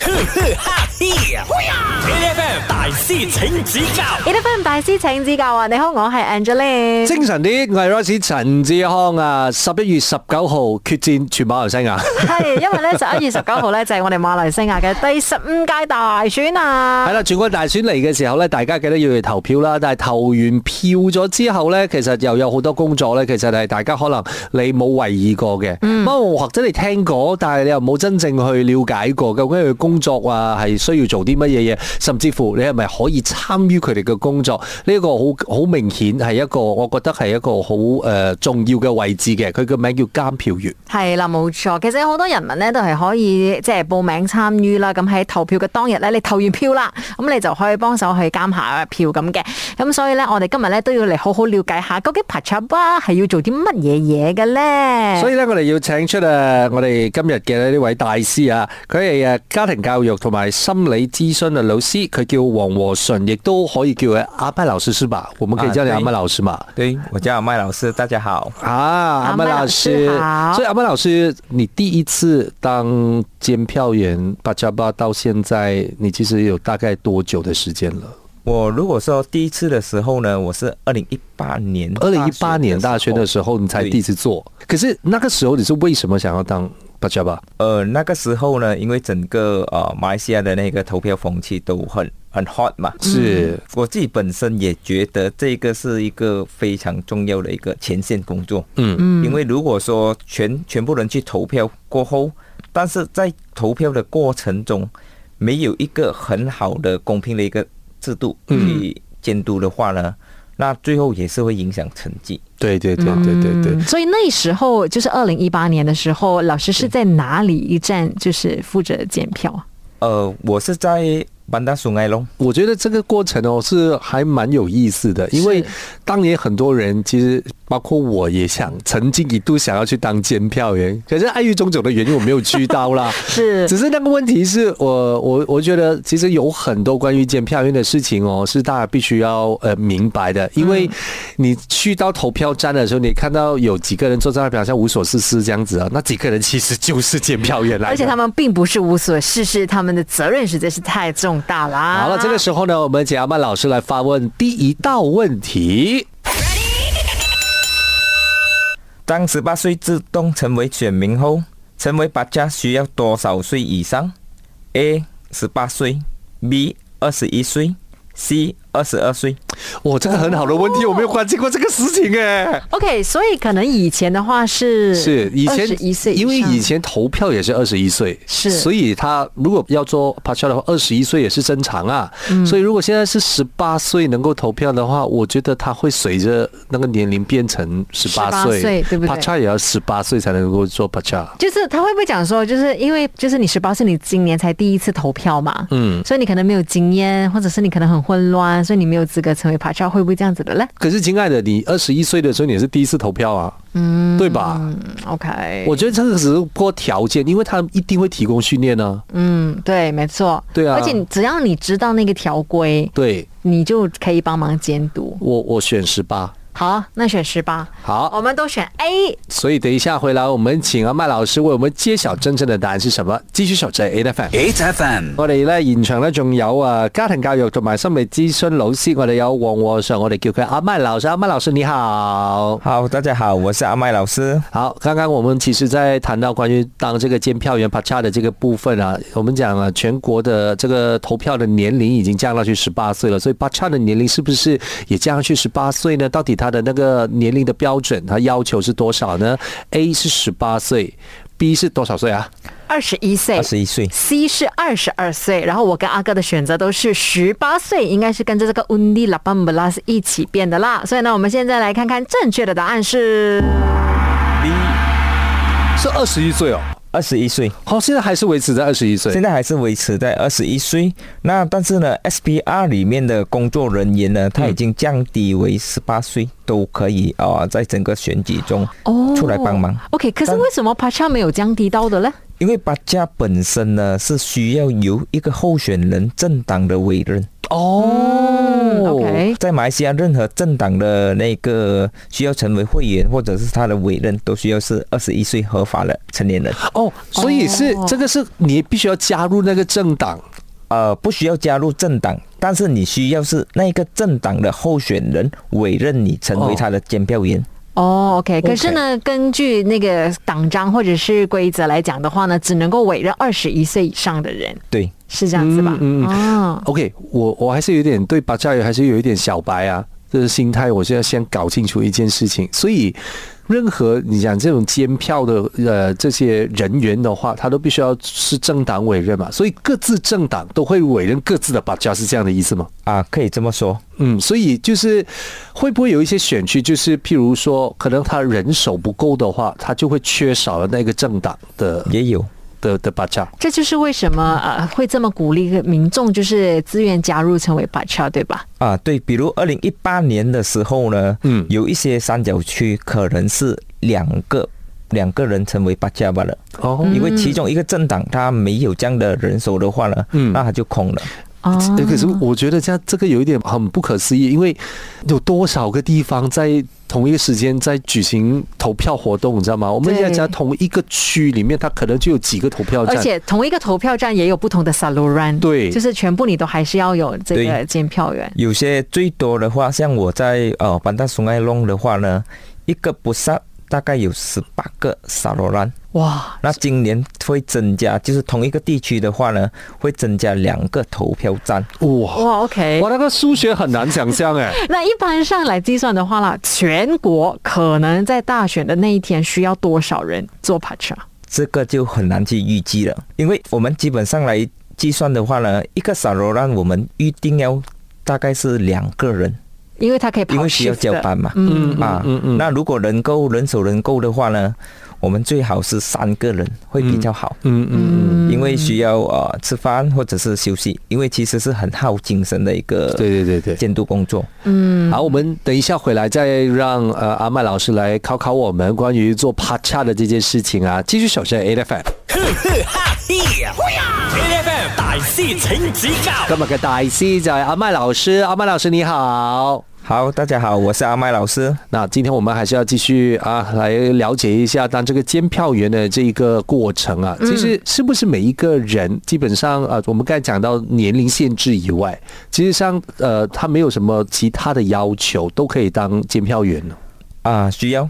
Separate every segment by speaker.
Speaker 1: 哈 FM 大師請指教
Speaker 2: ，E F M 大師請指教啊！你好，我係 Angeline。
Speaker 3: 精神啲，我係 Royce 陳志康啊！十一月十九號決戰全馬來西亞，
Speaker 2: 係因為咧十一月十九號咧就係我哋馬來西亞嘅第十五屆大選啊！
Speaker 3: 係啦，全國大選嚟嘅時候咧，大家記得要去投票啦。但係投完票咗之後咧，其實又有好多工作咧，其實係大家可能你冇為意過嘅，啊不過或者你聽過，但係你又冇真正去了解過，究竟佢工作啊係需要做啲乜嘢嘢，甚至乎你係咪可以參與佢哋嘅工作？呢、個好好明顯係一個，我覺得係一個好誒、呃重要嘅位置嘅。佢嘅名叫監票員。
Speaker 2: 係啦，冇錯。其實有好多人民咧都係可以即係報名參與啦。咁喺投票嘅當日咧，你投完票啦，咁你就可以幫手去監下票咁嘅。咁所以咧，我哋今日咧都要嚟好好了解下，究竟 p a c h a b a 係要做啲乜嘢嘢嘅咧？
Speaker 3: 所以咧，我哋要請出啊，我哋今日嘅呢位大師啊，佢係诶家庭教育同埋心理諮詢嘅老師，佢叫黃和順，亦都可以叫佢阿麥老師是吧？我們可以叫你
Speaker 4: 啊
Speaker 3: 阿
Speaker 4: 對
Speaker 3: 麥老師嘛？
Speaker 4: 对，我叫麦老师，大家好。
Speaker 3: 啊，阿麥
Speaker 2: 阿麥老
Speaker 3: 老師
Speaker 2: 師好，
Speaker 3: 所以阿麥老師，你第一次當監票員巴加巴到現在，你其實有大概多久的時間了？
Speaker 4: 我如果说第一次的时候呢，我是二零一八年，
Speaker 3: 二零一八年大學的時候，你才第一次做，可是那個時候你是為什麼想要當巴加巴？
Speaker 4: 呃，那个时候呢，因为整个呃马来西亚的那个投票风气都很很 hot 嘛，
Speaker 3: 嗯是
Speaker 4: 我自己本身也觉得这个是一个非常重要的一个前线工作，
Speaker 3: 嗯
Speaker 4: 因为如果说全全部人去投票过后，但是在投票的过程中没有一个很好的公平的一个制度
Speaker 3: 嗯
Speaker 4: 去监督的话呢，那最后也是会影响成绩。
Speaker 3: 对对对对对對。
Speaker 2: 嗯所以那时候就是二零一八年的时候，老师是在哪里一站就是负责检票啊？
Speaker 4: 呃，我是在班达苏埃隆，
Speaker 3: 我觉得这个过程哦是还蛮有意思的，因为当年很多人其实包括我也想曾经一度想要去当监票员，可是碍于种种的原因我没有去到啦。
Speaker 2: 是
Speaker 3: 只是那个问题是我我我觉得其实有很多关于监票员的事情哦，是大家必须要呃明白的，因
Speaker 2: 嗯
Speaker 3: 为你去到投票站的时候，你看到有几个人坐在那边好像无所事事这样子啊，那几个人其实就是监票员来的，
Speaker 2: 而且他们并不是无所事事，他们的责任实在是太重大啊啦。
Speaker 3: 好了，这个时候呢，我们请阿曼老师来发问第一道问题。
Speaker 4: 当十八岁自动成为选民后，成为八家需要多少岁以上？A. 十八岁，B. 二十一岁，C. 二十二岁。
Speaker 3: 哇，这个很好的问题，我没有关心过这个事情哎。
Speaker 2: OK，所以可能以前的话是
Speaker 3: 是以前
Speaker 2: 一岁以上，
Speaker 3: 因为以前投票也是二十一岁，
Speaker 2: 是
Speaker 3: 所以他如果要做 p a c h a 的话，二十一岁也是正常啊。
Speaker 2: 嗯
Speaker 3: 所以如果现在是十八岁能够投票的话，我觉得他会随着那个年龄变成十八
Speaker 2: 18岁
Speaker 3: 岁，
Speaker 2: 对不对
Speaker 3: p a c h a 也要十八岁才能够做 p a c h a
Speaker 2: 就是他会不会讲说，就是因为就是你十八岁，你今年才第一次投票嘛，
Speaker 3: 嗯，
Speaker 2: 所以你可能没有经验，或者是你可能很混乱，所以你没有资格成为 p a c h a 会不会这样子的嘞？
Speaker 3: 可是亲爱的，你二十一岁的时候你也是第一次投票啊，嗯，对吧？
Speaker 2: 嗯，OK，
Speaker 3: 我觉得这个只是过条件，因为他们一定会提供训练啊呢。
Speaker 2: 嗯，对，没错，
Speaker 3: 对啊
Speaker 2: 而且你只要你知道那个条规，
Speaker 3: 对
Speaker 2: 你就可以帮忙监督。
Speaker 3: 我，我选十八。
Speaker 2: 好，那选十八，
Speaker 3: 好，
Speaker 2: 我们都选 A。
Speaker 3: 所以等一下回来，我们请阿麦老师为我们揭晓真正的答案是什么。继续守着 A F M。
Speaker 1: ，H FM
Speaker 3: 我哋咧現場咧仲有啊家庭教育同埋心理諮詢老師，我哋有黃和尚，我哋叫佢阿麥老師。阿麥老師你好。
Speaker 4: 好，大家好，我是阿麦老师。
Speaker 3: 好，刚刚我们其实，在谈到关于当这个监票员 p a c h a 的这个部分啊，我们讲啊，全国的这个投票的年龄已经降到去十八岁了，所以 p a c h a 的年龄是不是也降上去十八岁呢？到底他的那个年龄的标准，他要求是多少呢？A 是十八岁，B 是多少岁啊？
Speaker 2: 二十一岁
Speaker 4: 二十一岁，
Speaker 2: ，C 是二十二岁，然后我跟阿哥的选择都是十八岁，应该是跟着这个 Undi La b a m b l a s 一起变的啦。所以呢，我们现在来看看正确的答案是
Speaker 3: 是二十一岁哦，
Speaker 4: 二十一岁，
Speaker 3: 好、现在还是维持在二十一岁
Speaker 4: 现。在还是维持在二十一岁。那但是呢，SPR 里面的工作人员呢，他已经降低为十八岁，都可以啊、呃在整个选举中
Speaker 2: 哦
Speaker 4: 出来帮忙。
Speaker 2: OK，可是
Speaker 4: 但
Speaker 2: 为什么 Pacha 没有降低到的呢？
Speaker 4: 因为八家本身呢是需要由一个候选人政党的委任，
Speaker 3: 哦，
Speaker 2: 嗯，OK
Speaker 4: 在马来西亚，任何政党的那个需要成为会员或者是他的委任，都需要是二十一岁合法的成年人。
Speaker 3: 哦，所以是、这个是你必须要加入那个政党
Speaker 4: 呃，不需要加入政党，但是你需要是那个政党的候选人委任你成为他的监票员。
Speaker 2: 哦，OK。可是呢，根据那个党章或者是规则来讲的话呢，只能够委任二十一岁以上的人，
Speaker 4: 对，
Speaker 2: 是这样子吧？
Speaker 3: 嗯嗯
Speaker 2: 哦
Speaker 3: OK，我我还是有点对巴加油还是有一点小白啊，这是心态。我现在先搞清楚一件事情，所以任何你讲这种监票的呃这些人员的话，他都必须要是政党委任嘛，所以各自政党都会委任各自的巴加，是这样的意思吗？
Speaker 4: 啊，可以这么说。
Speaker 3: 嗯，所以就是会不会有一些选区，就是譬如说，可能他人手不够的话，他就会缺少了那个政党的
Speaker 4: 也有
Speaker 3: 的的巴加。
Speaker 2: 这就是为什么呃会这么鼓励民众就是自愿加入成为 b a c h a 对吧？
Speaker 4: 啊，对，比如二零一八年的时候呢，
Speaker 3: 嗯
Speaker 4: 有一些三角区可能是两个两个人成为巴加巴了，
Speaker 3: 哦
Speaker 4: 因为其中一个政党他没有这样的人手的话呢，
Speaker 3: 嗯
Speaker 4: 那他就空了。
Speaker 2: 哦，
Speaker 3: 呃可是我觉得这样这个有一点很不可思议，因为有多少个地方在同一个时间在举行投票活动，你知道吗？我们
Speaker 2: 对
Speaker 3: 要讲同一个区里面，它可能就有几个投票站
Speaker 2: 而。且同一个投票站也有不同的 s a l o r a n
Speaker 3: 对
Speaker 2: 就是全部你都还是要有这个
Speaker 4: 对
Speaker 2: 监票员。
Speaker 4: 有些最多的话，像我在呃班达松埃隆的话呢，一个不萨大概有十八个萨罗兰。
Speaker 2: 哇，
Speaker 4: 那今年会增加，就是同一个地区的话呢，会增加两个投票站。
Speaker 3: 哇
Speaker 2: 哇，OK
Speaker 3: 哇，。那个数学很难想象哎。
Speaker 2: 那一般上来计算的话啦，全国可能在大选的那一天需要多少人做 p a c h a
Speaker 4: 这个就很难去预计了，因为我们基本上来计算的话呢，一个萨罗兰我们预定要大概是两个人，
Speaker 2: 因为他可以跑
Speaker 4: 因为需要
Speaker 2: shift
Speaker 4: 交
Speaker 2: 的。
Speaker 4: 班嘛。
Speaker 2: 嗯，
Speaker 4: 啊，
Speaker 3: 嗯嗯
Speaker 4: 那如果人够人手人够的话呢，我们最好是三个人会比较好，
Speaker 3: 嗯嗯
Speaker 4: 因为需要呃吃饭或者是休息，因为其实是很耗精神的一
Speaker 3: 嗯，
Speaker 4: 个
Speaker 3: 对对对对。
Speaker 4: 监督工作。
Speaker 3: 好，我们等一下回来再让呃阿麦老师来考考我们关于做啪嚓的这件事情啊。继续守着 A F M。
Speaker 1: 哈嘿，A F M 大师请指教
Speaker 3: 今日嘅大师就係阿麦老師，阿麦老師你好。
Speaker 4: 好，大家好，我是阿麦老师。
Speaker 3: 那今天我们还是要继续啊，来了解一下当这个监票员的这一个过程啊，其实是不是每一个人基本上啊，我们刚才讲到年龄限制以外，其实上呃，他没有什么其他的要求，都可以当监票员呢
Speaker 4: 啊，需要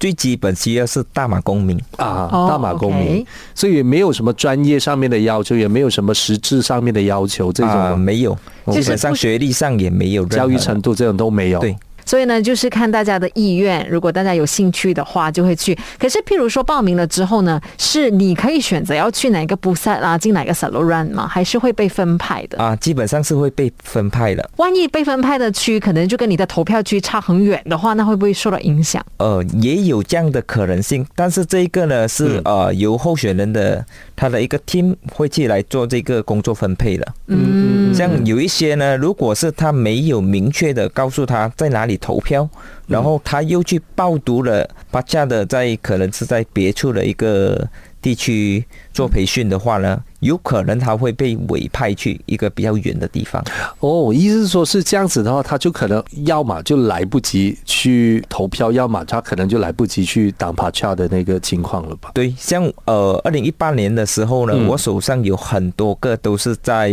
Speaker 4: 最基本需要是大马公民。
Speaker 3: 啊，
Speaker 2: 哦
Speaker 3: 大马公民
Speaker 2: OK，
Speaker 3: 所以也没有什么专业上面的要求，也没有什么实质上面的要求，这
Speaker 4: 啊，
Speaker 3: 种
Speaker 4: 没有，
Speaker 2: 就是
Speaker 4: 基本上
Speaker 2: 不
Speaker 4: 学历上也没有任何
Speaker 3: 教育程度这种都没有。
Speaker 4: 对，
Speaker 2: 所以呢，就是看大家的意愿，如果大家有兴趣的话，就会去。可是，譬如说报名了之后呢，是你可以选择要去哪一个布赛啊，进哪一个 s a l o r a n 吗？还是会被分派的？
Speaker 4: 啊，基本上是会被分派的。
Speaker 2: 万一被分派的区可能就跟你的投票区差很远的话，那会不会受到影响？
Speaker 4: 呃，也有这样的可能性，但是这一个呢
Speaker 2: 嗯
Speaker 4: 是、呃由候选人的他的一个 team 会去来做这个工作分配的。
Speaker 2: 嗯，
Speaker 4: 像有一些呢，如果是他没有明确的告诉他在哪里投票，
Speaker 2: 嗯
Speaker 4: 然后他又去报读了巴恰的在可能是在别处的一个地区做培训的话呢，有可能他会被委派去一个比较远的地方。
Speaker 3: 哦，意思是说是这样子的话，他就可能要么就来不及去投票，要么他可能就来不及去当 p a c h a 的那个情况了吧？
Speaker 4: 对，像呃，二零一八年的时候呢，
Speaker 3: 嗯
Speaker 4: 我手上有很多个都是在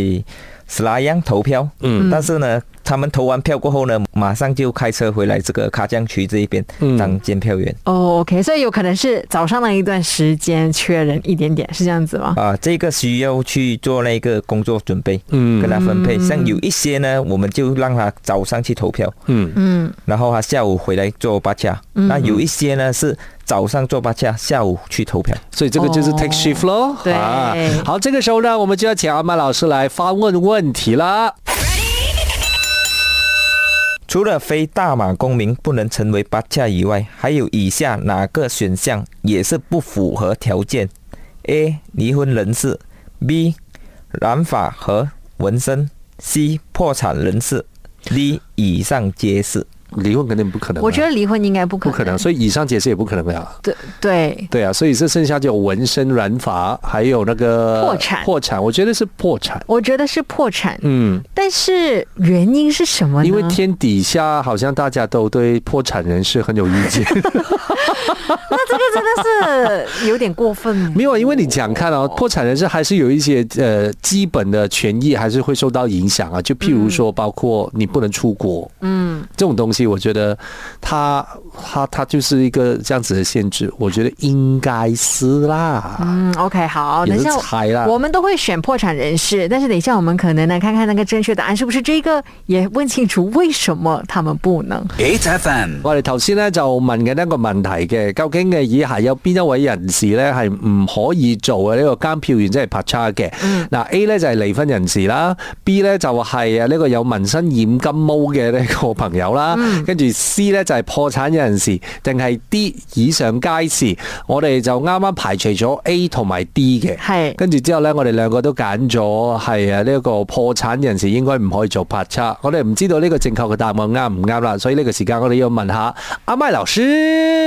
Speaker 4: 斯拉央投票，
Speaker 3: 嗯
Speaker 4: 但是呢，他们投完票过后呢，马上就开车回来这个卡江区这一边
Speaker 3: 嗯
Speaker 4: 当监票员。
Speaker 2: 哦、o k 所以有可能是早上那一段时间缺人一点点，是这样子吗？
Speaker 4: 啊，这个需要去做那个工作准备，跟
Speaker 3: 嗯
Speaker 4: 他分配。像有一些呢，我们就让他早上去投票，
Speaker 3: 嗯，
Speaker 2: 嗯，
Speaker 4: 然后他下午回来做八恰。那有一些呢是早上做八恰，下午去投票。
Speaker 3: 所以这个就是 take shift 喽、
Speaker 2: 哦对
Speaker 3: 好，这个时候呢，我们就要请阿曼老师来发问问题啦。
Speaker 4: 除了非大马公民不能成为八恰以外，还有以下哪个选项也是不符合条件？A. 离婚人士，B. 染发和纹身，C. 破产人士，D. 以上皆是。
Speaker 3: 离婚肯定不可能啊、
Speaker 2: 我觉得离婚应该不可
Speaker 3: 不
Speaker 2: 能，
Speaker 3: 可能，所以以上解释也不可能呀。
Speaker 2: 对对，
Speaker 3: 对啊，所以这剩下就有纹身、染发，还有那个
Speaker 2: 破产
Speaker 3: 破产，我觉得是破产。
Speaker 2: 我觉得是破产，
Speaker 3: 嗯，
Speaker 2: 但是原因是什么呢？
Speaker 3: 因为天底下好像大家都对破产人士很有意见。
Speaker 2: 那这个真的是有点过分
Speaker 3: 没有啊，因为你讲看
Speaker 2: 哦
Speaker 3: 啊，破产人士还是有一些呃基本的权益还是会受到影响啊，就譬如
Speaker 2: 嗯
Speaker 3: 说，包括你不能出国，嗯，这种东西，我觉得它它它就是一个这样子的限制，我觉得应该是啦。
Speaker 2: 嗯，OK，好，
Speaker 3: 也
Speaker 2: 等
Speaker 3: 是
Speaker 2: 一下
Speaker 3: 猜啦
Speaker 2: 我们都会选破产人士，但是等一下我们可能呢，看看那个正确答案是不是这个，也问清楚为什么他们不能。
Speaker 4: 嗯
Speaker 1: 8FM,
Speaker 3: 我哋頭先咧就問緊一個問題嘅，究竟嘅以下有邊一位人士咧係唔可以做嘅呢個監票員，即係拍叉嘅？嗱、A 咧就係離婚人士啦，B 咧就係啊呢個有紋身染金毛嘅呢個朋友啦，跟住、C 咧就係破產人士，定係 D 以上皆是？我哋就啱啱排除咗 A 同埋 D 嘅。
Speaker 2: 係
Speaker 3: 跟住之後呢，我哋兩個都揀咗係啊呢一個破產人士應該唔可以做拍叉。我哋唔知道呢個正確嘅答案啱唔啱啦，所以呢個時間我哋要問下阿麥老師。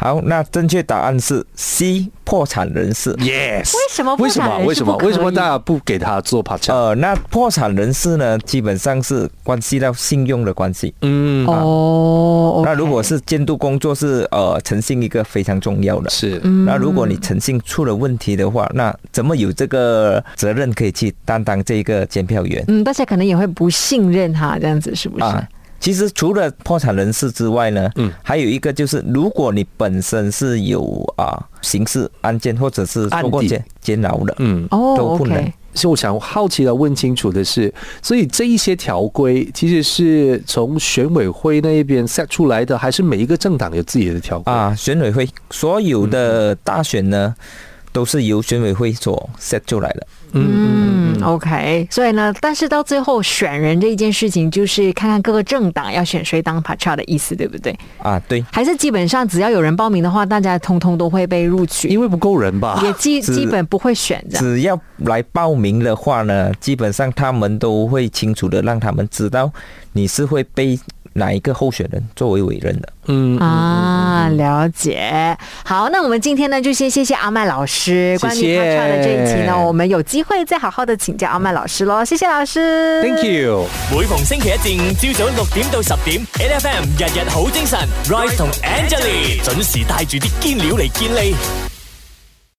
Speaker 4: 好，那正确答案是 C，破产人士。
Speaker 3: 嗯 Yes，
Speaker 2: 為什麼破
Speaker 3: 为什
Speaker 2: 產
Speaker 3: 么？
Speaker 2: 人
Speaker 3: 为
Speaker 2: 士
Speaker 3: 什
Speaker 2: 不
Speaker 3: 么？
Speaker 2: 可以
Speaker 3: 为什么大家不給他做拍叉？
Speaker 4: 呃，那破产人士呢，基本上是关系到信用的关系。
Speaker 3: 嗯，
Speaker 2: 哦，
Speaker 4: 那如果是监督工作是呃诚信一个非常重要的。
Speaker 3: 是，
Speaker 4: 那如果你诚信出了问题的话，那怎么有这个责任可以去担当这个监票员？
Speaker 2: 嗯，大家可能也会不信任他，这样子是不是？
Speaker 4: 啊。其实除了破产人士之外呢，
Speaker 3: 嗯
Speaker 4: 还有一个就是，如果你本身是有啊刑事案件或者是
Speaker 3: 案
Speaker 4: 受过
Speaker 3: 底
Speaker 4: 监监牢的，
Speaker 3: 嗯。
Speaker 2: 哦
Speaker 4: 都不能
Speaker 2: ，OK，
Speaker 3: 所以我想好奇的问清楚的是，所以这一些条规其实是从选委会那一边 set 出来的，还是每一个政党有自己的条规？
Speaker 4: 啊，选委会所有
Speaker 3: 嗯
Speaker 4: 的大选呢，都是由选委会所 set 出来的。
Speaker 2: 嗯，OK，所以呢，但是到最后选人这一件事情，就是看看各个政党要选谁当 p a c h a 的意思，对不对？
Speaker 4: 啊，对，
Speaker 2: 还是基本上只要有人报名的话，大家通通都会被录取，
Speaker 3: 因为不啊够人吧？
Speaker 2: 也基
Speaker 4: 只
Speaker 2: 基本不会选这样。
Speaker 4: 只要来报名的话呢，基本上他们都会清楚的让他们知道你是会被哪一个候选人作为委任的。
Speaker 3: 嗯，
Speaker 2: 啊，了解。好，那我们今天呢，就先谢谢阿麦老师。关于
Speaker 3: 谢
Speaker 2: 他
Speaker 3: 谢
Speaker 2: 唱的这一集呢，我们有机会再好好的请教阿麦老师喽。谢谢老师
Speaker 3: Thank you。
Speaker 1: 每逢星期一至五朝早六點到十點，8FM 日日好精神，Rise 同 Angelie 準時帶住啲堅料嚟健利。